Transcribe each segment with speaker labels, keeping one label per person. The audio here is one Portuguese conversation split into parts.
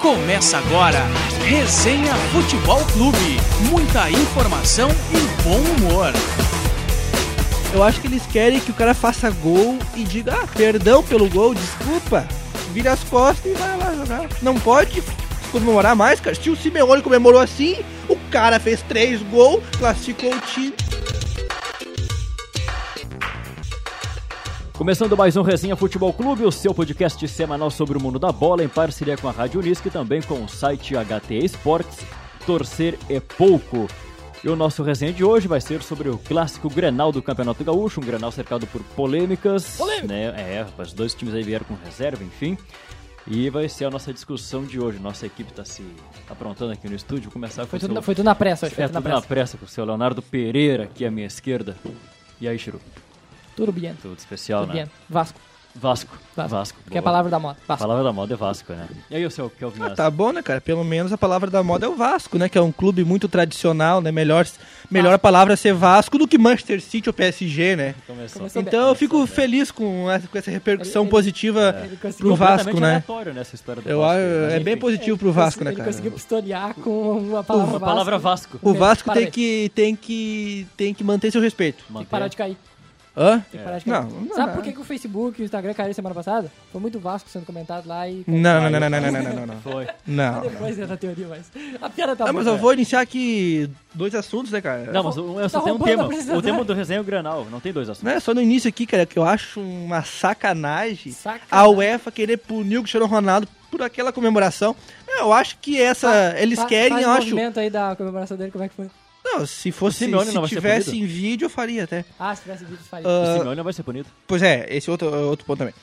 Speaker 1: Começa agora, Resenha Futebol Clube. Muita informação e bom humor.
Speaker 2: Eu acho que eles querem que o cara faça gol e diga, ah, perdão pelo gol, desculpa. Vira as costas e vai lá jogar. Não pode comemorar mais, cara. Se o Simeone comemorou assim, o cara fez três gols, classificou o time.
Speaker 3: Começando mais um Resenha Futebol Clube, o seu podcast semanal sobre o mundo da bola, em parceria com a Rádio Unisc e também com o site HT Esportes. Torcer é pouco. E o nosso resenha de hoje vai ser sobre o clássico Grenal do Campeonato Gaúcho, um Grenal cercado por polêmicas. Polêmica. Né? É, os dois times aí vieram com reserva, enfim. E vai ser a nossa discussão de hoje. Nossa equipe está se aprontando aqui no estúdio. Vou Começar com
Speaker 4: Foi
Speaker 3: o seu...
Speaker 4: tudo, na- foi tudo na pressa, hoje, foi
Speaker 3: é,
Speaker 4: tudo na
Speaker 3: tudo
Speaker 4: pressa.
Speaker 3: na pressa com o seu Leonardo Pereira aqui à minha esquerda. E aí, Chiru?
Speaker 4: Tudo bem,
Speaker 3: Tudo especial,
Speaker 4: tudo
Speaker 3: né?
Speaker 4: bem. Vasco,
Speaker 3: Vasco.
Speaker 4: Vasco.
Speaker 3: Vasco.
Speaker 4: que é a
Speaker 3: boa.
Speaker 4: palavra da moto.
Speaker 3: A
Speaker 4: Vasco.
Speaker 3: palavra da moda é Vasco, né? E aí, o seu Kelvin Nassi?
Speaker 2: Tá bom, né, cara? Pelo menos a palavra da moda é o Vasco, né? Que é um clube muito tradicional, né? Melhor, melhor a
Speaker 4: Ah.
Speaker 2: palavra ser Vasco do que Manchester City ou PSG, né?
Speaker 3: Começou.
Speaker 4: Começou bem.
Speaker 2: Então eu fico feliz com essa, com essa repercussão
Speaker 4: Ele- ele-
Speaker 2: positiva
Speaker 4: Ele conseguiu-
Speaker 2: pro Vasco,
Speaker 3: Completamente
Speaker 2: né?
Speaker 3: aleatório nessa história do
Speaker 2: Eu,
Speaker 3: Vasco,
Speaker 2: acho-
Speaker 3: mas
Speaker 2: é
Speaker 3: enfim.
Speaker 2: bem positivo pro Vasco, né,
Speaker 4: Ele
Speaker 2: cara?
Speaker 4: conseguiu pistolear com a
Speaker 3: A
Speaker 4: palavra Vasco.
Speaker 3: palavra Vasco.
Speaker 2: O Vasco tem
Speaker 4: Parabéns.
Speaker 2: que, tem, que, tem que manter seu respeito. É.
Speaker 4: Tem que parar de cair.
Speaker 2: Hã?
Speaker 3: É.
Speaker 4: Tem que parar de cair.
Speaker 2: Não, não,
Speaker 4: Sabe
Speaker 2: não.
Speaker 4: por que, que o Facebook e o Instagram caíram semana passada? Foi muito Vasco sendo comentado lá e...
Speaker 2: Não, não, não, não, não, não, não, não, não.
Speaker 3: Foi.
Speaker 2: Não.
Speaker 4: Depois era a teoria, mas... A piada tá
Speaker 2: Ah,
Speaker 4: boa,
Speaker 2: mas eu
Speaker 4: cara.
Speaker 2: vou iniciar aqui dois assuntos, né, cara?
Speaker 3: Não, mas eu só
Speaker 4: Tá
Speaker 3: tenho um
Speaker 4: roubando a
Speaker 3: tema. O
Speaker 4: apresentadora.
Speaker 2: né?
Speaker 3: tema do resenha é o Granal. Não tem dois assuntos.
Speaker 2: Não é só no início aqui, cara, que eu acho uma sacanagem
Speaker 4: Sacanagem.
Speaker 2: a UEFA querer punir o Cristiano Ronaldo por aquela comemoração. É, Eu acho que essa. é, eles
Speaker 4: Fa-
Speaker 2: querem,
Speaker 4: faz
Speaker 2: eu
Speaker 4: o
Speaker 2: acho.
Speaker 4: movimento aí da comemoração dele, como é que foi?
Speaker 2: Não, se fosse.
Speaker 3: Simeone
Speaker 2: Se
Speaker 3: não vai ser
Speaker 2: tivesse
Speaker 3: punido?
Speaker 2: em vídeo, eu faria até.
Speaker 4: Ah, se tivesse vídeo, faria.
Speaker 3: O
Speaker 2: Ah,
Speaker 3: Simeone não vai ser punido.
Speaker 2: pois é, esse é outro, outro ponto também.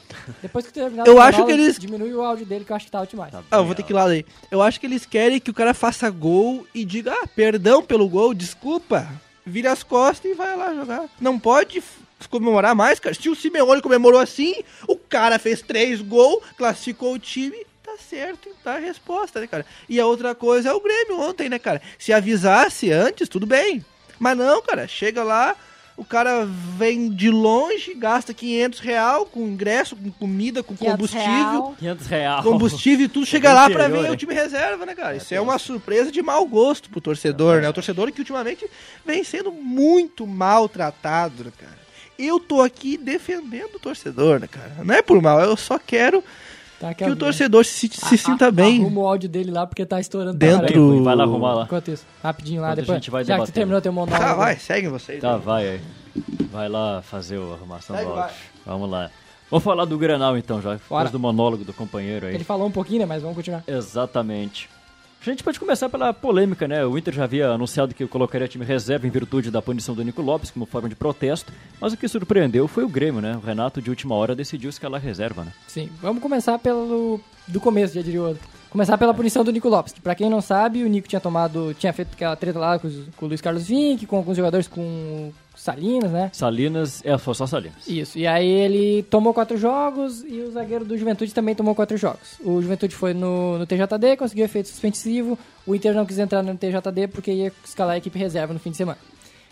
Speaker 4: Depois que terminar
Speaker 2: eu
Speaker 4: o
Speaker 2: acho
Speaker 4: Ronaldo,
Speaker 2: que eles-
Speaker 4: Diminui o áudio dele, que eu acho que tá alto demais.
Speaker 3: Tá
Speaker 2: Ah, eu
Speaker 3: bem,
Speaker 2: vou ter
Speaker 3: ó.
Speaker 2: que ir lá daí. Eu acho que eles querem que o cara faça gol e diga, ah, perdão pelo gol, desculpa. Vira as costas e vai lá jogar. Não pode f- comemorar mais, cara. Se o Simeone comemorou assim, o cara fez três gols, classificou o time, tá certo, tá a resposta, né, cara? E a outra coisa é o Grêmio ontem, né, cara? Se avisasse antes, tudo bem. Mas não, cara, chega lá, o cara vem de longe, gasta 500 real com ingresso, com comida, com
Speaker 4: 500
Speaker 2: combustível.
Speaker 4: real.
Speaker 3: 500 reais.
Speaker 2: combustível e tudo,
Speaker 3: É
Speaker 2: chega
Speaker 3: do
Speaker 2: lá
Speaker 3: interior,
Speaker 2: pra ver
Speaker 3: hein?
Speaker 2: o time reserva, né, cara? Isso é uma surpresa de mau gosto pro torcedor, né? O torcedor que ultimamente vem sendo muito maltratado, né, cara? Eu tô aqui defendendo o torcedor, né, cara? Não é por mal, eu só quero
Speaker 4: Tá,
Speaker 2: que
Speaker 4: quer
Speaker 2: o
Speaker 4: ouvir,
Speaker 2: torcedor se, se
Speaker 4: né?
Speaker 2: sinta
Speaker 4: A-
Speaker 2: tá bem.
Speaker 4: Arruma o áudio dele lá, porque tá estourando pra
Speaker 2: Dentro
Speaker 4: caralho.
Speaker 3: Peraí, vai lá arrumar lá.
Speaker 4: Enquanto isso, rapidinho lá,
Speaker 3: Enquanto a
Speaker 4: depois.
Speaker 3: gente vai
Speaker 4: já que tu
Speaker 3: debatendo.
Speaker 4: terminou teu monólogo.
Speaker 2: Tá, vai, seguem vocês.
Speaker 3: Tá,
Speaker 2: né?
Speaker 3: vai aí. Vai lá fazer o- a arrumação
Speaker 2: Segue,
Speaker 3: do
Speaker 2: vai.
Speaker 3: áudio. Vamos lá. Vamos falar do Granal então já. Depois
Speaker 4: Bora.
Speaker 3: do monólogo do companheiro aí.
Speaker 4: Ele falou um pouquinho, né? Mas vamos continuar.
Speaker 3: Exatamente. A gente pode começar pela polêmica, né? O Inter já havia anunciado que colocaria time reserva em virtude da punição do Nico Lopes como forma de protesto, mas o que surpreendeu foi o Grêmio, né? O Renato, de última hora, decidiu escalar reserva, né?
Speaker 4: Sim, vamos começar pelo. do começo, já diria o outro. Começar pela punição do Nico Lopes, que pra quem não sabe, o Nico tinha tomado. tinha feito aquela treta lá com, os- com o Luiz Carlos Vinck, com alguns jogadores com o Salinas, né?
Speaker 3: Salinas, é, foi só Salinas.
Speaker 4: Isso, e aí ele tomou quatro jogos e o zagueiro do Juventude também tomou quatro jogos. O Juventude foi no, no TJD, conseguiu efeito suspensivo, o Inter não quis entrar no TJD porque ia escalar a equipe reserva no fim de semana.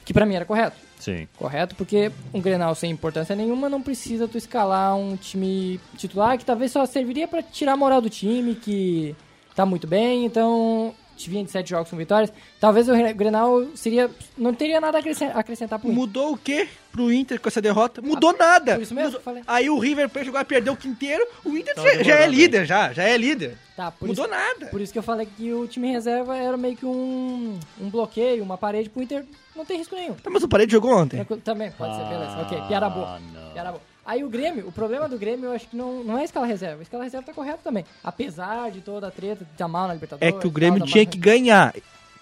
Speaker 4: Que pra mim era correto.
Speaker 3: Sim.
Speaker 4: Correto? Porque um Grenal sem importância nenhuma não precisa tu escalar um time titular que talvez só serviria pra tirar a moral do time, que tá muito bem, então te vinha de sete jogos com vitórias. Talvez o Re- Grenal seria não teria nada a acrescen- acrescentar pro Inter.
Speaker 2: Mudou o quê pro Inter com essa derrota? Mudou nada.
Speaker 4: por isso mesmo que eu falei.
Speaker 2: Aí o River Plate agora perdeu o quinteiro, o Inter
Speaker 3: Tá
Speaker 2: já, já é
Speaker 3: demorando,
Speaker 2: líder, já, já é líder.
Speaker 4: Tá, por
Speaker 2: Mudou
Speaker 4: isso,
Speaker 2: nada.
Speaker 4: Por isso que eu falei que o time reserva era meio que um, um bloqueio, uma parede pro Inter, não tem risco nenhum.
Speaker 2: Tá, mas o Parede jogou ontem.
Speaker 4: Tranquilo, Também, pode ser, beleza. Ok,
Speaker 3: Ah,
Speaker 4: piada boa.
Speaker 3: não.
Speaker 4: piada boa. Aí o Grêmio, o problema do Grêmio eu acho que não, não é a escala reserva. A escala reserva tá correta também. Apesar de toda a treta, de dar mal na Libertadores.
Speaker 2: é que o
Speaker 4: tal,
Speaker 2: Grêmio
Speaker 4: dar mal
Speaker 2: tinha
Speaker 4: na-
Speaker 2: que ganhar.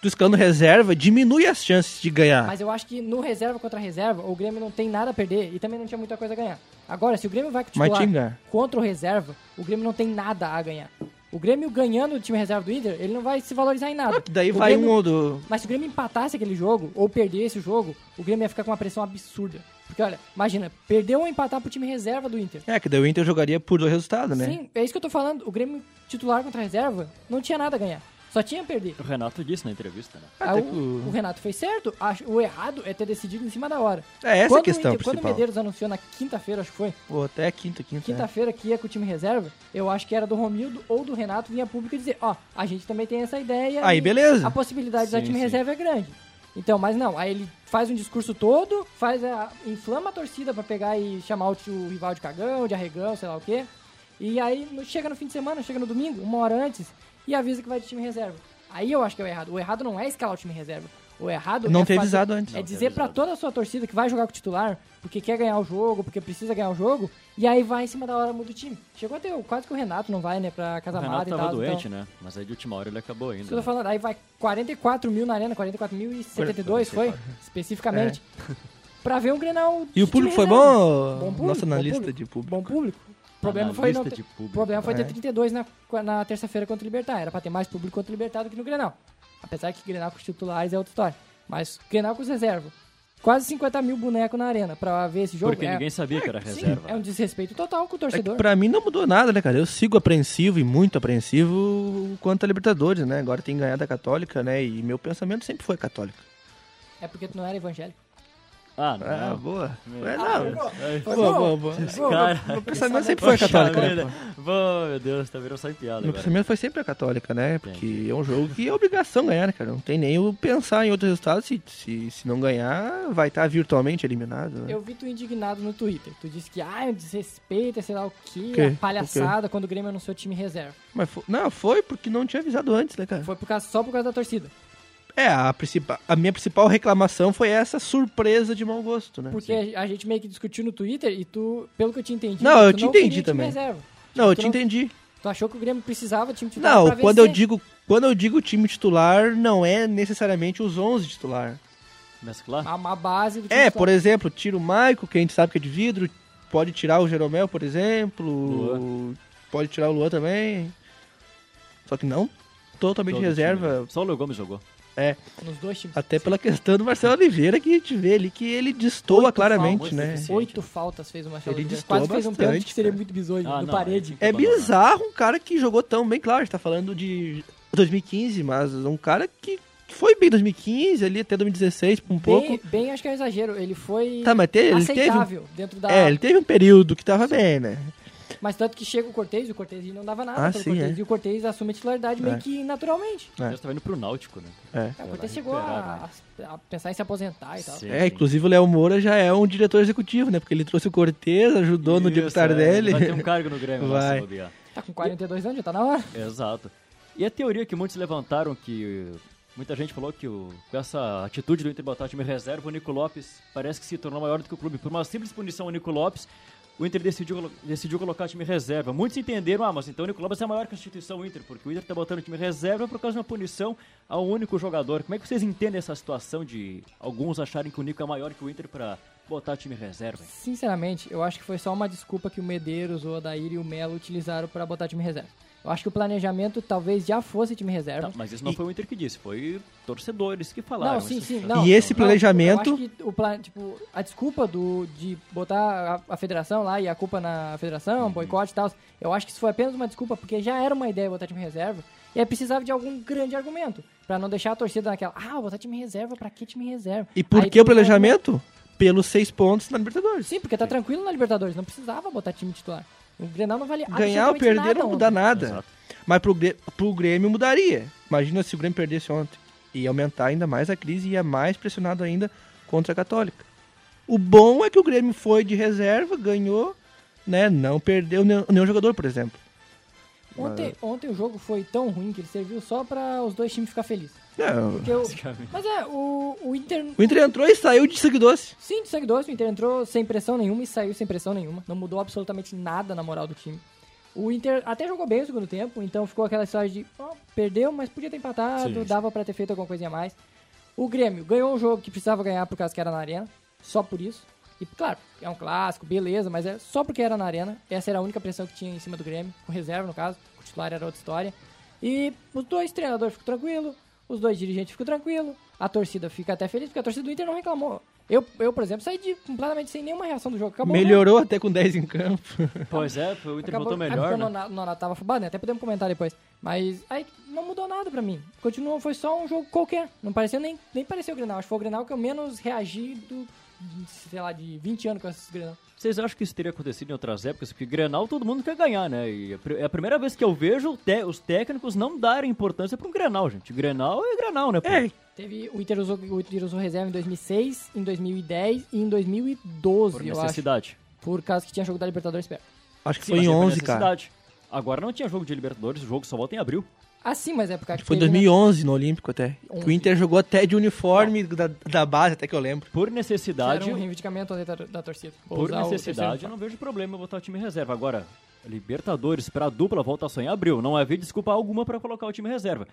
Speaker 2: Tu escalando reserva, diminui as chances de ganhar.
Speaker 4: Mas eu acho que no reserva contra reserva, o Grêmio não tem nada a perder e também não tinha muita coisa a ganhar. Agora, se o Grêmio vai com o
Speaker 2: Mas tinha que
Speaker 4: titular
Speaker 2: ganhar.
Speaker 4: contra o reserva, o Grêmio não tem nada a ganhar. O Grêmio ganhando o time reserva do Inter, ele não vai se valorizar em nada.
Speaker 2: Ah, que daí
Speaker 4: O
Speaker 2: vai
Speaker 4: Grêmio-
Speaker 2: um ou do.
Speaker 4: Mas se o Grêmio empatasse aquele jogo, ou perdesse o jogo, o Grêmio ia ficar com uma pressão absurda. Porque, olha, imagina, perder ou empatar pro time reserva do Inter. é
Speaker 2: É, que daí o Inter jogaria por dois resultados, né?
Speaker 4: Sim, é isso que eu tô falando. O Grêmio titular contra a reserva não tinha nada a ganhar. Só tinha a perder.
Speaker 3: O Renato disse na entrevista, né?
Speaker 2: Até
Speaker 4: Ah,
Speaker 2: que
Speaker 4: o,
Speaker 2: o-
Speaker 4: o Renato fez certo, acho- o errado é ter decidido em cima da hora.
Speaker 2: É essa
Speaker 4: quando
Speaker 2: a questão
Speaker 4: o, Inter- Quando o
Speaker 2: principal. É.
Speaker 4: Medeiros anunciou na quinta-feira, acho que foi,
Speaker 2: Pô, até quinta, quinta. né?
Speaker 4: quinta-feira que ia com o time reserva, eu acho que era do Romildo ou do Renato vinha público e dizer, ó, a gente também tem essa ideia.
Speaker 2: Aí,
Speaker 4: e
Speaker 2: beleza.
Speaker 4: A possibilidade da
Speaker 3: Sim,
Speaker 4: time
Speaker 3: sim.
Speaker 4: reserva é grande. Então, mas não, aí ele faz um discurso todo, faz a, inflama a torcida pra pegar e chamar o, tio- o rival de cagão, de arregão, sei lá o quê. E aí no- chega no fim de semana, chega no domingo, uma hora antes, e avisa que vai de time reserva. Aí eu acho que é o errado. O errado não é escalar o time reserva. O errado
Speaker 2: Não
Speaker 4: é
Speaker 2: ter
Speaker 4: fazer-
Speaker 2: avisado antes.
Speaker 4: é
Speaker 3: Não,
Speaker 4: dizer
Speaker 3: tá
Speaker 4: pra
Speaker 3: avisado.
Speaker 4: toda a sua torcida que vai jogar com o titular, porque quer ganhar o jogo, porque precisa ganhar o jogo, e aí vai em cima da hora muda o time. Chegou até o- quase que o Renato não vai, né, pra
Speaker 3: O
Speaker 4: Casa Mata
Speaker 3: Renato
Speaker 4: e
Speaker 3: tava
Speaker 4: tal.
Speaker 3: doente,
Speaker 4: então,
Speaker 3: né? Mas aí de última hora ele acabou né?
Speaker 4: isso que eu
Speaker 3: ainda.
Speaker 4: tô falando, aí vai 44 mil na arena, 44.072 foi, especificamente, pra ver um Grenal
Speaker 2: E o
Speaker 4: de
Speaker 2: público
Speaker 4: time
Speaker 2: foi
Speaker 4: reserva.
Speaker 2: bom?
Speaker 4: Bom público,
Speaker 2: Nossa
Speaker 4: bom
Speaker 2: analista
Speaker 4: público.
Speaker 2: de público.
Speaker 4: Bom público. O problema
Speaker 3: Problema
Speaker 4: foi não ter...
Speaker 3: de
Speaker 4: O
Speaker 3: público.
Speaker 4: problema foi ter
Speaker 2: É.
Speaker 4: 32 na, na terça-feira contra o Libertar. Era pra ter mais público contra o Libertar do que no Grenal. Apesar que Grenal com os titulares é outra história. Mas Grenal com os reservas. Quase 50 mil bonecos na arena pra ver esse jogo.
Speaker 3: Porque
Speaker 4: é,
Speaker 3: ninguém sabia que era
Speaker 4: sim,
Speaker 3: reserva.
Speaker 4: é um desrespeito total com o
Speaker 2: É que
Speaker 4: torcedor.
Speaker 2: pra mim não mudou nada, né, cara? Eu sigo apreensivo e muito apreensivo quanto a Libertadores, né? Agora tem ganhado a Católica, né? E meu pensamento sempre foi Católica.
Speaker 4: É porque tu não era evangélico.
Speaker 3: Ah, não.
Speaker 2: Ah, boa. É,
Speaker 4: Ah,
Speaker 2: não.
Speaker 3: Ai,
Speaker 4: Foi
Speaker 2: Boa,
Speaker 4: bom.
Speaker 2: boa, boa.
Speaker 4: Bom,
Speaker 3: cara.
Speaker 2: Meu pensamento sempre
Speaker 4: é
Speaker 2: foi
Speaker 3: Poxa
Speaker 2: Católica, né?
Speaker 3: vida. Bom, meu Deus, tá virando só em piada
Speaker 2: Meu
Speaker 3: agora.
Speaker 2: pensamento foi sempre a Católica, né? Porque é um jogo que é obrigação ganhar, né, cara? Não tem nem o pensar em outro resultado. Se, se, se não ganhar, vai estar virtualmente eliminado. né?
Speaker 4: Eu vi tu indignado no Twitter. Tu disse que, ah, é um desrespeito, é sei lá o que,
Speaker 2: Quê?
Speaker 4: a palhaçada quando o Grêmio anunciou time reserva.
Speaker 2: Mas fo- não, foi porque não tinha avisado antes, né, cara?
Speaker 4: Foi por causa, só por causa da torcida.
Speaker 2: É, a, principal, a minha principal reclamação foi essa surpresa de mau gosto, né?
Speaker 4: Porque a, a gente meio que discutiu no Twitter e tu, pelo que eu te entendi,
Speaker 2: Não, eu
Speaker 4: tu
Speaker 2: te
Speaker 4: não
Speaker 2: entendi
Speaker 4: queria time
Speaker 2: também.
Speaker 4: reserva.
Speaker 2: Não, eu
Speaker 4: tu
Speaker 2: te
Speaker 4: não-
Speaker 2: entendi.
Speaker 4: Tu achou que o Grêmio precisava de time titular
Speaker 2: Não,
Speaker 4: então, pra
Speaker 2: quando eu
Speaker 4: vencer.
Speaker 2: digo quando eu digo time titular, não é necessariamente os 11 titular.
Speaker 3: Mesclar?
Speaker 4: A, a base do time
Speaker 2: É,
Speaker 4: titular.
Speaker 2: por exemplo, tira o Maico, que a gente sabe que é de vidro, pode tirar o Jeromel, por exemplo, pode tirar o Luan também. Só que não totalmente
Speaker 3: Todo
Speaker 2: reserva,
Speaker 3: time. né? Só o Léo Gomes jogou.
Speaker 4: Nos dois times.
Speaker 2: até pela questão do Marcelo Oliveira, que a gente vê ali que ele destoa
Speaker 4: Oito
Speaker 2: claramente,
Speaker 4: faltas,
Speaker 2: né?
Speaker 3: deficiente,
Speaker 4: Oito faltas fez o Marcelo
Speaker 2: Ele
Speaker 4: Oliveira.
Speaker 2: destoa
Speaker 4: Quase fez um pênalti
Speaker 2: bastante,
Speaker 4: que seria
Speaker 2: cara.
Speaker 4: muito bizonho,
Speaker 3: Ah,
Speaker 4: do
Speaker 3: não,
Speaker 4: parede.
Speaker 3: é-
Speaker 2: É bizarro um cara que jogou tão bem, claro, a gente tá falando de 2015, mas um cara que foi bem em 2015, ali até 2016, por um pouco.
Speaker 4: Bem, bem, acho que é um exagero. Ele foi
Speaker 2: Tá, mas te- ele teve um
Speaker 4: aceitável dentro da...
Speaker 2: É, ele teve um período que tava bem, né?
Speaker 4: Mas tanto que chega o Cortez, e o Cortez não dava nada
Speaker 2: Ah,
Speaker 4: pelo
Speaker 2: sim,
Speaker 4: Cortez.
Speaker 2: é.
Speaker 4: E o Cortez assume a titularidade meio
Speaker 2: É.
Speaker 4: que naturalmente.
Speaker 2: É.
Speaker 3: O Deus tá indo pro Náutico, né?
Speaker 2: É.
Speaker 4: É, o
Speaker 3: Ela
Speaker 4: Cortez chegou a,
Speaker 3: recuperava.
Speaker 4: a pensar em se aposentar e tal.
Speaker 3: Sim,
Speaker 2: É,
Speaker 3: sim.
Speaker 2: inclusive o Léo Moura já é um diretor executivo, né? Porque ele trouxe o Cortez, ajudou no
Speaker 3: Isso,
Speaker 2: deputar
Speaker 3: é,
Speaker 2: dele.
Speaker 3: Vai ter um cargo no Grêmio, lá, se
Speaker 2: Vai.
Speaker 3: bobear.
Speaker 4: Tá com 42 anos, já tá na hora.
Speaker 3: Exato. E a teoria que muitos levantaram que muita gente falou que o- com essa atitude do Inter botar time reserva, o Nico Lopes parece que se tornou maior do que o clube. Por uma simples punição ao Nico Lopes, o Inter decidiu, colo- decidiu colocar time reserva. Muitos entenderam, ah, mas então o Nico Lopes é maior que a instituição Inter, porque o Inter tá botando time reserva por causa de uma punição a um único jogador. Como é que vocês entendem essa situação de alguns acharem que o Nico é maior que o Inter pra botar time reserva?
Speaker 4: Sinceramente, eu acho que foi só uma desculpa que o Medeiros, o Odair e o Melo utilizaram pra botar time reserva. Eu acho que o planejamento talvez já fosse time reserva.
Speaker 3: Tá, mas isso não foi o Inter que disse, foi torcedores que falaram.
Speaker 4: Então, Não, sim,
Speaker 3: Isso-
Speaker 4: sim.
Speaker 3: isso-
Speaker 4: Não,
Speaker 2: E esse
Speaker 4: não,
Speaker 2: planejamento-
Speaker 4: eu acho que o plan- tipo, a desculpa do, de botar a, a federação lá e a culpa na federação,
Speaker 2: Uhum.
Speaker 4: boicote e tal, eu acho que isso foi apenas uma desculpa, porque já era uma ideia botar time reserva, e aí precisava de algum grande argumento, pra não deixar a torcida naquela, ah, botar time reserva, pra que time reserva?
Speaker 2: E por
Speaker 4: Aí
Speaker 2: que o
Speaker 4: tu tem um argumento.
Speaker 2: planejamento? Pelos seis pontos na Libertadores.
Speaker 4: Sim, porque tá tranquilo na Libertadores, não precisava botar time titular. O Grenal não valia
Speaker 2: Ganhar ou
Speaker 4: absolutamente
Speaker 2: perder
Speaker 4: nada
Speaker 2: não muda
Speaker 4: ontem.
Speaker 2: nada.
Speaker 3: Exato.
Speaker 2: Mas pro, Grê- pro Grêmio mudaria. Imagina se o Grêmio perdesse ontem. Ia aumentar ainda mais a crise e ia mais pressionado ainda contra a Católica. O bom é que o Grêmio foi de reserva, ganhou, né? Não perdeu nenhum, nenhum jogador, por exemplo.
Speaker 4: Ontem,
Speaker 2: É.
Speaker 4: ontem o jogo foi tão ruim que ele serviu só pra os dois times ficar felizes.
Speaker 2: Não.
Speaker 4: Porque o-
Speaker 3: Basicamente.
Speaker 4: Mas é, o, o Inter
Speaker 2: É, O Inter entrou e saiu de sangue doce.
Speaker 4: Sim, de sangue doce, o Inter entrou sem pressão nenhuma e saiu sem pressão nenhuma. Não mudou absolutamente nada na moral do time. O Inter até jogou bem no segundo tempo, então ficou aquela história de ó, perdeu, mas podia ter empatado,
Speaker 3: Sim, sim.
Speaker 4: dava pra ter feito alguma coisinha a mais. O Grêmio ganhou um jogo que precisava ganhar por causa que era na arena, só por isso. E claro, é um clássico, beleza, mas é só porque era na arena. Essa era a única pressão que tinha em cima do Grêmio, com reserva no caso, o titular era outra história. E os dois treinadores ficam tranquilos, os dois dirigentes ficam tranquilos, a torcida fica até feliz, porque a torcida do Inter não reclamou. Eu, eu, por exemplo, saí de- completamente sem nenhuma reação do jogo. Acabou, né?
Speaker 2: Melhorou até com 10 em campo.
Speaker 3: Pois é, o Inter
Speaker 4: Acabou-
Speaker 3: voltou
Speaker 4: é porque
Speaker 3: melhor,
Speaker 4: o
Speaker 3: né?
Speaker 4: Nonato- o Nonato tava afobado, né? Até podemos comentar depois. Mas aí não mudou nada pra mim. Continuou, foi só um jogo qualquer. Não pareceu nem, nem pareceu o Grenal. Acho que foi o Grenal que eu menos reagi do, de, sei lá, de 20 anos com esses Grenal.
Speaker 3: Vocês acham que isso teria acontecido em outras épocas? Porque Grenal todo mundo quer ganhar, né? E é pri- é a primeira vez que eu vejo te- os técnicos não darem importância pra um Grenal, gente. Grenal é Grenal, né? pô?
Speaker 2: É,
Speaker 4: Teve o Inter usou, o Inter usou reserva em 2006, em 2010 e em 2012,
Speaker 3: Por
Speaker 4: eu acho.
Speaker 3: necessidade.
Speaker 4: Por causa que tinha jogo da Libertadores perto.
Speaker 2: acho que
Speaker 3: Sim,
Speaker 2: foi
Speaker 3: mas
Speaker 2: em
Speaker 3: é por
Speaker 2: 11, cara.
Speaker 3: necessidade. Agora não tinha jogo de Libertadores, o jogo só volta em abril.
Speaker 4: Ah, sim, mas é por causa que
Speaker 2: Foi em
Speaker 4: teve, né?
Speaker 2: 2011 no Olímpico até. Que o
Speaker 4: 11.
Speaker 2: Inter jogou até de uniforme da, da base, até que eu lembro.
Speaker 3: Por
Speaker 4: Era
Speaker 3: necessidade,
Speaker 4: um reivindicamento da, da torcida. Vou
Speaker 3: por
Speaker 4: usar o
Speaker 3: necessidade, eu
Speaker 4: terceiro
Speaker 3: não vejo problema botar o time em reserva. Agora, Libertadores pra dupla volta só em abril. Não havia desculpa alguma pra colocar o time em reserva.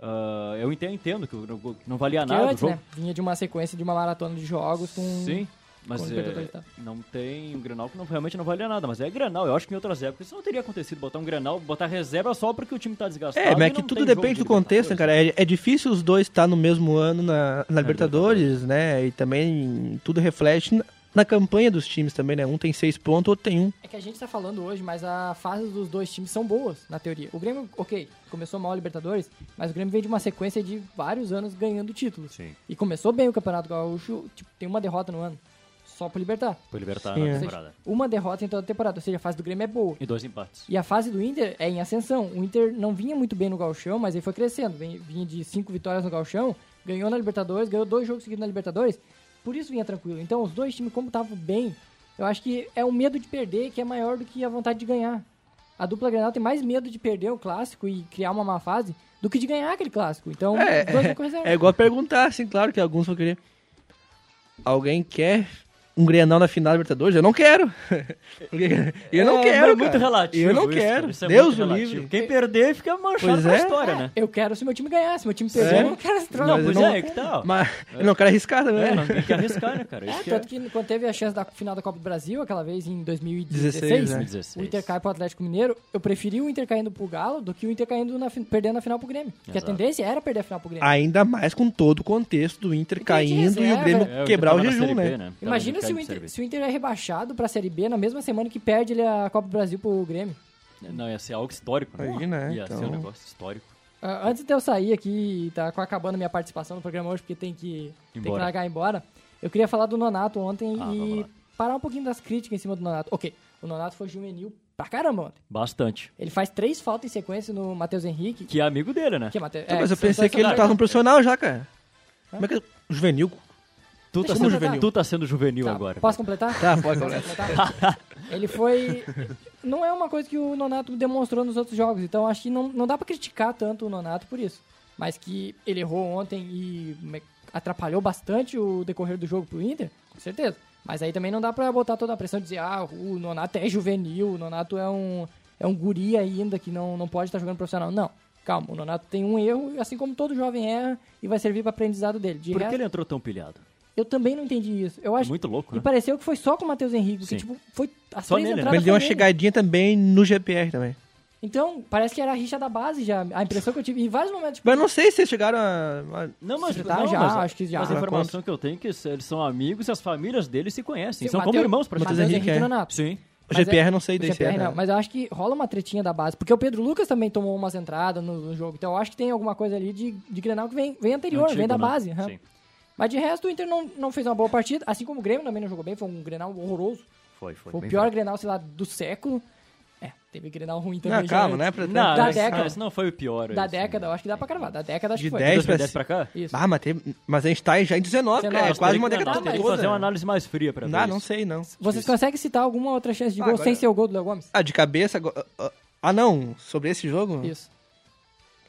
Speaker 3: Ah, eu ente- entendo que o- não valia
Speaker 4: fato. Porque
Speaker 3: nada o
Speaker 4: antes,
Speaker 3: jogo.
Speaker 4: né? Vinha de uma sequência de uma maratona de jogos com...
Speaker 3: Sim, mas
Speaker 4: com
Speaker 3: é,
Speaker 4: o Libertadores, tá?
Speaker 3: não tem um Grenal que não, realmente não valia nada, mas é Grenal. Eu acho que em outras épocas isso não teria acontecido, botar um Grenal, botar reserva só porque o time tá desgastado.
Speaker 2: É,
Speaker 3: e
Speaker 2: mas é
Speaker 3: não
Speaker 2: que tudo
Speaker 3: tem jogo
Speaker 2: depende
Speaker 3: de
Speaker 2: do contexto, né,
Speaker 3: Libertadores. É,
Speaker 2: cara. É, é difícil os dois estar no mesmo ano na, na Libertadores, né? E também tudo reflete na, na campanha dos times também, né? Um tem seis pontos, outro tem um.
Speaker 4: É que a gente tá falando hoje, mas a fase dos dois times são boas, na teoria. O Grêmio, ok, começou mal a Libertadores, mas o Grêmio vem de uma sequência de vários anos ganhando títulos.
Speaker 3: Sim.
Speaker 4: E começou bem o Campeonato Gaúcho, tipo, tem uma derrota no ano, só pro Libertar.
Speaker 3: Foi libertar
Speaker 2: Sim,
Speaker 3: na
Speaker 2: é.
Speaker 3: temporada.
Speaker 4: Uma derrota em toda a temporada, ou seja, a fase do Grêmio é boa.
Speaker 3: E dois empates.
Speaker 4: E a fase do Inter é em ascensão. O Inter não vinha muito bem no Galchão, mas ele foi crescendo. Vem- Vinha de cinco vitórias no Galchão, ganhou na Libertadores, ganhou dois jogos seguidos na Libertadores. Por isso vinha tranquilo. Então, os dois times, como estavam bem, eu acho que é o medo de perder que é maior do que a vontade de ganhar. A dupla Grenal tem mais medo de perder o clássico e criar uma má fase do que de ganhar aquele clássico. Então, os dois vão com reserva.
Speaker 2: É igual perguntar, assim, claro que alguns vão querer. Alguém quer um Grenal na final da Libertadores? Eu não quero. Porque eu não
Speaker 3: É,
Speaker 2: quero.
Speaker 3: mas é
Speaker 2: cara.
Speaker 3: muito relativo.
Speaker 2: Eu não
Speaker 3: isso,
Speaker 2: quero.
Speaker 3: cara. Isso é
Speaker 2: Deus
Speaker 3: muito
Speaker 2: o
Speaker 3: relativo.
Speaker 2: livre.
Speaker 3: Quem perder fica manchado
Speaker 2: Pois
Speaker 3: na
Speaker 2: é.
Speaker 3: história, né?
Speaker 4: Eu quero se meu time ganhar. Se meu time perder,
Speaker 2: É.
Speaker 4: eu não quero esse troço.
Speaker 3: Não,
Speaker 2: mas
Speaker 3: pois
Speaker 2: eu não-
Speaker 3: é, que tal?
Speaker 2: Mas eu não quero arriscar também.
Speaker 3: É,
Speaker 2: né?
Speaker 3: não tem que arriscar, né, cara? Isso
Speaker 4: É,
Speaker 3: que é
Speaker 4: tanto que quando teve a chance da final da Copa do Brasil, aquela vez em 2016,
Speaker 2: 16, né?
Speaker 3: 2016.
Speaker 4: o Inter cai pro Atlético Mineiro, eu preferi o Inter caindo pro Galo do que o Inter caindo na, fin- perdendo a final pro Grêmio. Porque a
Speaker 3: Exato. Ah,
Speaker 4: tendência era perder a final pro Grêmio.
Speaker 2: Ainda mais com todo o contexto do Inter
Speaker 4: Entendi,
Speaker 2: caindo e
Speaker 4: reserva.
Speaker 2: o Grêmio
Speaker 3: É,
Speaker 2: quebrar o
Speaker 3: Inter tava na
Speaker 2: jejum,
Speaker 3: Série B,
Speaker 2: né?
Speaker 3: Tava
Speaker 4: Imagina
Speaker 3: na
Speaker 4: se o,
Speaker 3: Série
Speaker 4: Inter,
Speaker 3: B.
Speaker 4: se o Inter é rebaixado pra Série B na mesma semana que perde ele a Copa do Brasil pro Grêmio.
Speaker 3: Não, ia ser algo histórico, né?
Speaker 2: Aí, né,
Speaker 3: Ia ser um
Speaker 2: então.
Speaker 3: negócio histórico.
Speaker 4: Ah, antes de eu sair aqui, tá quase acabando a minha participação no programa hoje, porque tem que, tem que
Speaker 3: Embora.
Speaker 4: largar e ir embora. Eu queria falar do Nonato ontem
Speaker 3: Ah, vamos
Speaker 4: e
Speaker 3: lá.
Speaker 4: parar um pouquinho das críticas em cima do Nonato. Ok, o Nonato foi juvenil pra caramba ontem.
Speaker 3: Bastante.
Speaker 4: Ele faz três faltas em sequência no Matheus Henrique.
Speaker 3: Que é amigo dele, né?
Speaker 4: Que é, Matheus,
Speaker 2: Então, mas eu
Speaker 4: são-
Speaker 2: pensei
Speaker 4: são-
Speaker 2: que ele
Speaker 4: são-
Speaker 2: tava no profissional já, cara. Como é que. Juvenil.
Speaker 3: Tu tá,
Speaker 4: Deixa eu
Speaker 3: sendo
Speaker 4: completar.
Speaker 3: juvenil. tu tá sendo juvenil
Speaker 4: Tá,
Speaker 3: agora.
Speaker 4: Posso completar?
Speaker 2: Tá, pode
Speaker 4: Posso
Speaker 2: falar.
Speaker 4: completar? Ele foi. Não é uma coisa que o Nonato demonstrou nos outros jogos, então acho que não, não dá pra criticar tanto o Nonato por isso. Mas que ele errou ontem e me- atrapalhou bastante o decorrer do jogo pro Inter, com certeza. Mas aí também não dá pra botar toda a pressão e dizer, ah, o Nonato é juvenil, o Nonato é um, é um guri ainda que não, não pode estar jogando profissional. Não. Calma, o Nonato tem um erro, assim como todo jovem erra, e vai servir para aprendizado dele. De
Speaker 3: Por que
Speaker 4: resto,
Speaker 3: ele entrou tão pilhado?
Speaker 4: eu também não entendi isso. Eu acho
Speaker 3: Muito louco,
Speaker 4: e
Speaker 3: né?
Speaker 4: pareceu que foi só com o Matheus Henrique, porque,
Speaker 3: Sim.
Speaker 4: tipo, foi as
Speaker 3: Só
Speaker 4: três
Speaker 3: nele, né?
Speaker 4: entradas
Speaker 2: Mas ele deu uma
Speaker 4: foi nele.
Speaker 2: chegadinha também no GPR também.
Speaker 4: Então, parece que era a rixa da base já. A impressão que eu tive em vários momentos, tipo,
Speaker 2: Mas eu não sei se eles chegaram a. a-
Speaker 3: Não, mas,
Speaker 4: Tá,
Speaker 3: não,
Speaker 4: já,
Speaker 3: mas,
Speaker 4: acho que já.
Speaker 3: mas a
Speaker 4: Já
Speaker 3: informação que eu tenho é que eles são amigos e as famílias deles se conhecem. São como
Speaker 4: Matheus-
Speaker 3: irmãos pra
Speaker 4: Matheus
Speaker 2: Matheus
Speaker 4: Henrique,
Speaker 2: Henrique,
Speaker 4: e
Speaker 2: é.
Speaker 4: Nonato.
Speaker 3: Sim.
Speaker 2: O
Speaker 4: Mas é-
Speaker 2: GPR eu não sei né?
Speaker 4: O
Speaker 2: daí se
Speaker 4: GPR
Speaker 2: era.
Speaker 4: não, mas eu acho que rola uma tretinha da base, porque o Pedro Lucas também tomou umas entradas no, no jogo, então eu acho que tem alguma coisa ali de, de Grenal que vem, vem anterior,
Speaker 3: Antigo,
Speaker 4: vem da
Speaker 3: né?
Speaker 4: base. aham.
Speaker 3: Sim,
Speaker 4: Mas de resto, o Inter não, não fez uma boa partida, assim como o Grêmio também não jogou bem, foi um Grenal horroroso.
Speaker 3: foi, foi.
Speaker 4: Foi o
Speaker 3: bem
Speaker 4: pior
Speaker 3: fraco.
Speaker 4: Grenal, sei lá, do século. É, teve Grenal ruim também.
Speaker 3: Ah,
Speaker 2: Não,
Speaker 4: já,
Speaker 2: calma,
Speaker 4: né?
Speaker 2: né? Pra
Speaker 3: Não, é
Speaker 4: Da
Speaker 3: mas-
Speaker 4: década.
Speaker 3: mas não foi o pior.
Speaker 4: Da
Speaker 3: assim.
Speaker 4: década, É, eu acho que dá pra cravar, da década acho
Speaker 2: De
Speaker 4: que foi.
Speaker 2: 10 pra
Speaker 3: 2010 pra cá?
Speaker 4: Isso.
Speaker 2: Ah, mas, teve- mas a gente tá já em 19, cara. É
Speaker 4: 19,
Speaker 2: quase uma
Speaker 3: Teria que-
Speaker 2: década
Speaker 3: não, teria que
Speaker 2: toda.
Speaker 3: fazer uma análise mais fria pra ver
Speaker 2: Não, não
Speaker 3: isso.
Speaker 2: sei, não.
Speaker 4: Vocês conseguem citar alguma outra chance de
Speaker 2: Ah,
Speaker 4: gol
Speaker 2: agora-
Speaker 4: sem ser o gol do Léo Gomes?
Speaker 2: Ah, de cabeça. go- ah, Ah, não. Sobre esse jogo?
Speaker 4: Isso.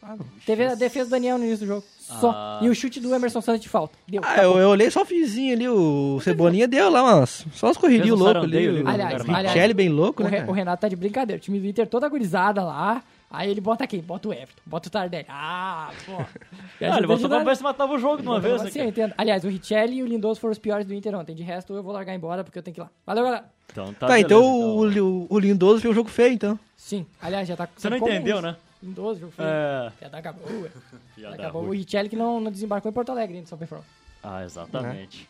Speaker 2: Ah, não.
Speaker 4: Teve a defesa do Daniel no início do jogo. Só.
Speaker 3: Ah.
Speaker 4: E o chute do Emerson Santos de falta. Deu.
Speaker 2: Ah, eu, eu olhei só o finzinho ali, o Cebolinha deu lá umas, só uns corridinhos
Speaker 3: Fez um
Speaker 2: loucos ali.
Speaker 3: sarandeio
Speaker 2: O
Speaker 3: ali,
Speaker 4: Aliás,
Speaker 3: Carvalho.
Speaker 4: aliás,
Speaker 2: Michele bem louco,
Speaker 4: o,
Speaker 2: né?
Speaker 4: Re-
Speaker 2: cara?
Speaker 4: o Renato tá de brincadeira. O time do Inter todo agorizada lá. Aí ele bota quem? Bota o Everton. Bota o Tardelli. Ah, pô. Me
Speaker 3: Ah,
Speaker 4: ajuda,
Speaker 3: ele voltou
Speaker 4: ajuda.
Speaker 3: como se matava o jogo de uma vez. né,
Speaker 4: Sim,
Speaker 3: cara?
Speaker 4: eu entendo. Aliás, o Richelli e o Lindoso foram os piores do Inter ontem. De resto, eu vou largar embora porque eu tenho que ir lá. Valeu, galera.
Speaker 3: Então tá.
Speaker 2: Tá,
Speaker 4: é
Speaker 3: beleza,
Speaker 2: então, o, o- o Lindoso fez um jogo feio, então.
Speaker 4: Sim. Aliás, já tá...
Speaker 3: Você não
Speaker 4: como
Speaker 3: entendeu,
Speaker 4: um-
Speaker 3: né?
Speaker 4: Lindoso, jogo feio.
Speaker 3: É.
Speaker 4: Já tá acabou.
Speaker 3: piada
Speaker 4: Acabou. O
Speaker 3: ruim.
Speaker 4: Richelli que não, não desembarcou em Porto Alegre ainda, só performou.
Speaker 3: Ah, exatamente.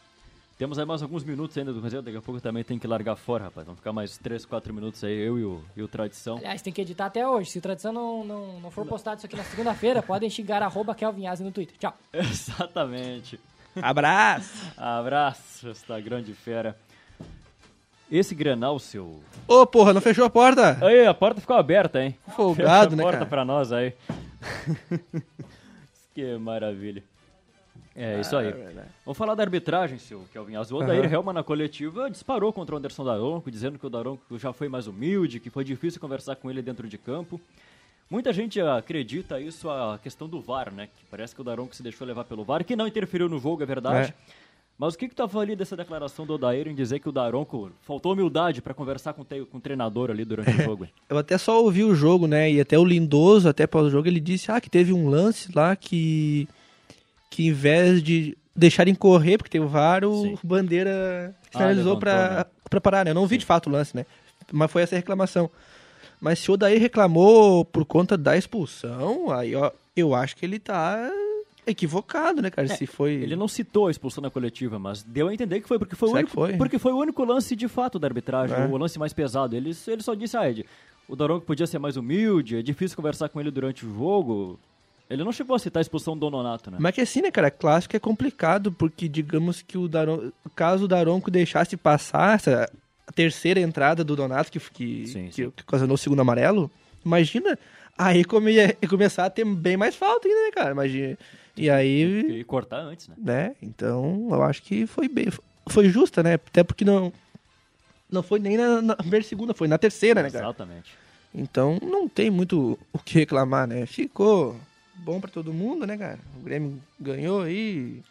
Speaker 3: Temos aí mais alguns minutos ainda do Cruzeiro, daqui a pouco eu também tem que largar fora, rapaz. Vão ficar mais 3, 4 minutos aí, eu e o, e o Tradição.
Speaker 4: Aliás, tem que editar até hoje. Se o Tradição não, não, não for postado isso aqui na segunda-feira, podem xingar arroba Kelvin Aze no Twitter. Tchau.
Speaker 3: Exatamente.
Speaker 2: Abraço!
Speaker 3: Abraço, esta grande fera. Esse Grenal, seu...
Speaker 2: Ô, porra, não fechou a porta?
Speaker 3: Aí, a porta ficou aberta, hein? Fecha
Speaker 2: Folgado,
Speaker 3: a
Speaker 2: né,
Speaker 3: porta
Speaker 2: cara?
Speaker 3: pra nós aí. que maravilha. É, isso aí. Vamos falar da arbitragem, seu Kelvin Azul. O Odair Helma na coletiva disparou contra o Anderson Daronco, dizendo que o Daronco já foi mais humilde, que foi difícil conversar com ele dentro de campo. Muita gente acredita isso a questão do VAR, né? Que parece que o Daronco se deixou levar pelo VAR, que não interferiu no jogo, é verdade. Mas o que que tu avalia dessa declaração do Odair em dizer que o Daronco faltou humildade para conversar com o, te- com o treinador ali durante o jogo? hein?
Speaker 2: Eu até só ouvi o jogo, né? E até o Lindoso, até pós-jogo, ele disse ah, que teve um lance lá que. que em vez de deixarem correr, porque tem o VAR,
Speaker 3: Sim.
Speaker 2: o Bandeira sinalizou
Speaker 3: levantou,
Speaker 2: pra,
Speaker 3: né?
Speaker 2: pra parar, né? Eu não vi de fato o lance, né? Mas foi essa a reclamação. Mas se o Daí reclamou por conta da expulsão, aí ó, eu acho que ele tá equivocado, né, cara? se foi.
Speaker 3: Ele não citou a expulsão na coletiva, mas deu a entender que foi porque foi, o
Speaker 2: Será
Speaker 3: único,
Speaker 2: que foi?
Speaker 3: Porque foi o único lance de fato da arbitragem,
Speaker 2: É.
Speaker 3: o lance mais pesado. Ele, ele só disse, ah, Ed, o Daronco podia ser mais humilde, é difícil conversar com ele durante o jogo. Ele não chegou a citar a expulsão do Nonato, né?
Speaker 2: Mas que assim, né, cara? Clássico é complicado, porque digamos que o Daron... caso o Daronco deixasse passar essa terceira entrada do Donato, que, que,
Speaker 3: Sim,
Speaker 2: que,
Speaker 3: sim.
Speaker 2: que ocasionou o segundo amarelo, imagina, aí come... ia começar a ter bem mais falta ainda, né, cara? Imagina. E aí,
Speaker 3: E cortar antes, né?
Speaker 2: né? Então, eu acho que foi bem... Foi justa, né? Até porque não... Não foi nem na, na primeira e segunda, foi na terceira, né, cara?
Speaker 3: Exatamente.
Speaker 2: Então não tem muito o que reclamar, né? Ficou bom pra todo mundo, né, cara? O Grêmio ganhou aí,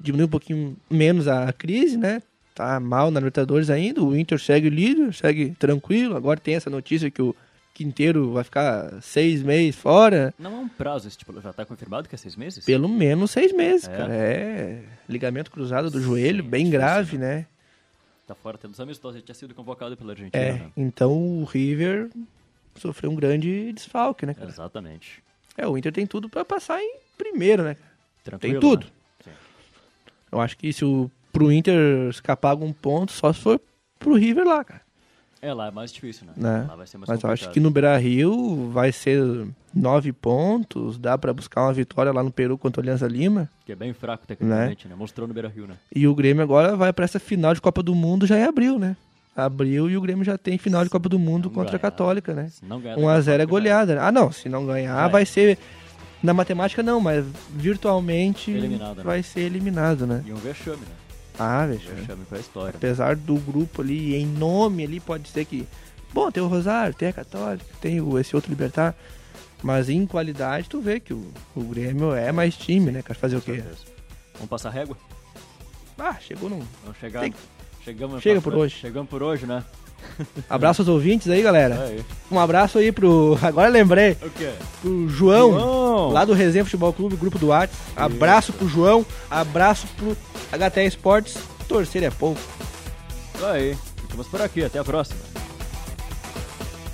Speaker 2: diminuiu um pouquinho menos a crise, né? Tá mal na Libertadores ainda, o Inter segue líder, segue tranquilo. Agora tem essa notícia que o Quinteiro vai ficar seis meses fora.
Speaker 3: Não é um prazo, esse tipo, já tá confirmado que é seis meses?
Speaker 2: Pelo menos seis meses,
Speaker 3: É.
Speaker 2: cara. É ligamento cruzado do joelho,
Speaker 3: Sim,
Speaker 2: bem
Speaker 3: difícil,
Speaker 2: grave, né?
Speaker 3: Tá fora tendo os amistosos, ele tinha sido convocado pela Argentina,
Speaker 2: É,
Speaker 3: né?
Speaker 2: então o River sofreu um grande desfalque, né, cara?
Speaker 3: Exatamente.
Speaker 2: É, o Inter tem tudo pra passar em primeiro, né?
Speaker 3: Tranquilo,
Speaker 2: tudo.
Speaker 3: né? Sim.
Speaker 2: Eu acho que se o pro Inter escapar algum ponto, só se for pro River lá, cara.
Speaker 3: É, lá é mais difícil, né?
Speaker 2: Né?
Speaker 3: Lá vai ser mais
Speaker 2: Mas eu acho
Speaker 3: complicado.
Speaker 2: que no Beira-Rio vai ser nove pontos, dá pra buscar uma vitória lá no Peru contra o Alianza Lima.
Speaker 3: Que é bem fraco tecnicamente, né? Mostrou no Beira-Rio, né?
Speaker 2: E o Grêmio agora vai pra essa final de Copa do Mundo já em abril, né? Abril e o Grêmio já tem final de Copa do Mundo
Speaker 3: não
Speaker 2: contra
Speaker 3: ganhar.
Speaker 2: a Católica, né?
Speaker 3: Se não ganhar... daqui a
Speaker 2: 1x0 é
Speaker 3: pouco, já
Speaker 2: goleada. né? Ah, não, se não ganhar,
Speaker 3: Já é.
Speaker 2: vai ser. Na matemática, não, mas virtualmente
Speaker 3: Eliminado, né?
Speaker 2: vai ser eliminado, né?
Speaker 3: E um vexame, né?
Speaker 2: Ah, veja.
Speaker 3: Vexame pra história.
Speaker 2: apesar do grupo ali, em nome ali, pode ser que. Bom, tem o Rosário, tem a Católica, tem o, esse outro Libertar. Mas em qualidade, tu vê que o, o Grêmio é mais time, né? Quer fazer o
Speaker 3: Com
Speaker 2: quê?
Speaker 3: certeza. Vamos passar régua?
Speaker 2: Ah, chegou num.
Speaker 3: Vamos chegar.
Speaker 2: Tem-
Speaker 3: Chegamos
Speaker 2: Chega
Speaker 3: passando-
Speaker 2: por hoje.
Speaker 3: Chegamos por hoje, né?
Speaker 2: Abraço aos ouvintes aí, galera.
Speaker 3: Aí.
Speaker 2: Um abraço aí pro. Agora lembrei,
Speaker 3: O quê?
Speaker 2: pro João,
Speaker 3: João!
Speaker 2: lá do Resenha Futebol Clube, grupo do Whats. Abraço pro João, abraço pro HT Esportes. Torcer é pouco.
Speaker 3: Isso aí. Ficamos por aqui. Até a próxima.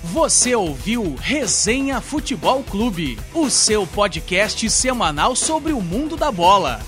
Speaker 1: Você ouviu Resenha Futebol Clube, o seu podcast semanal sobre o mundo da bola.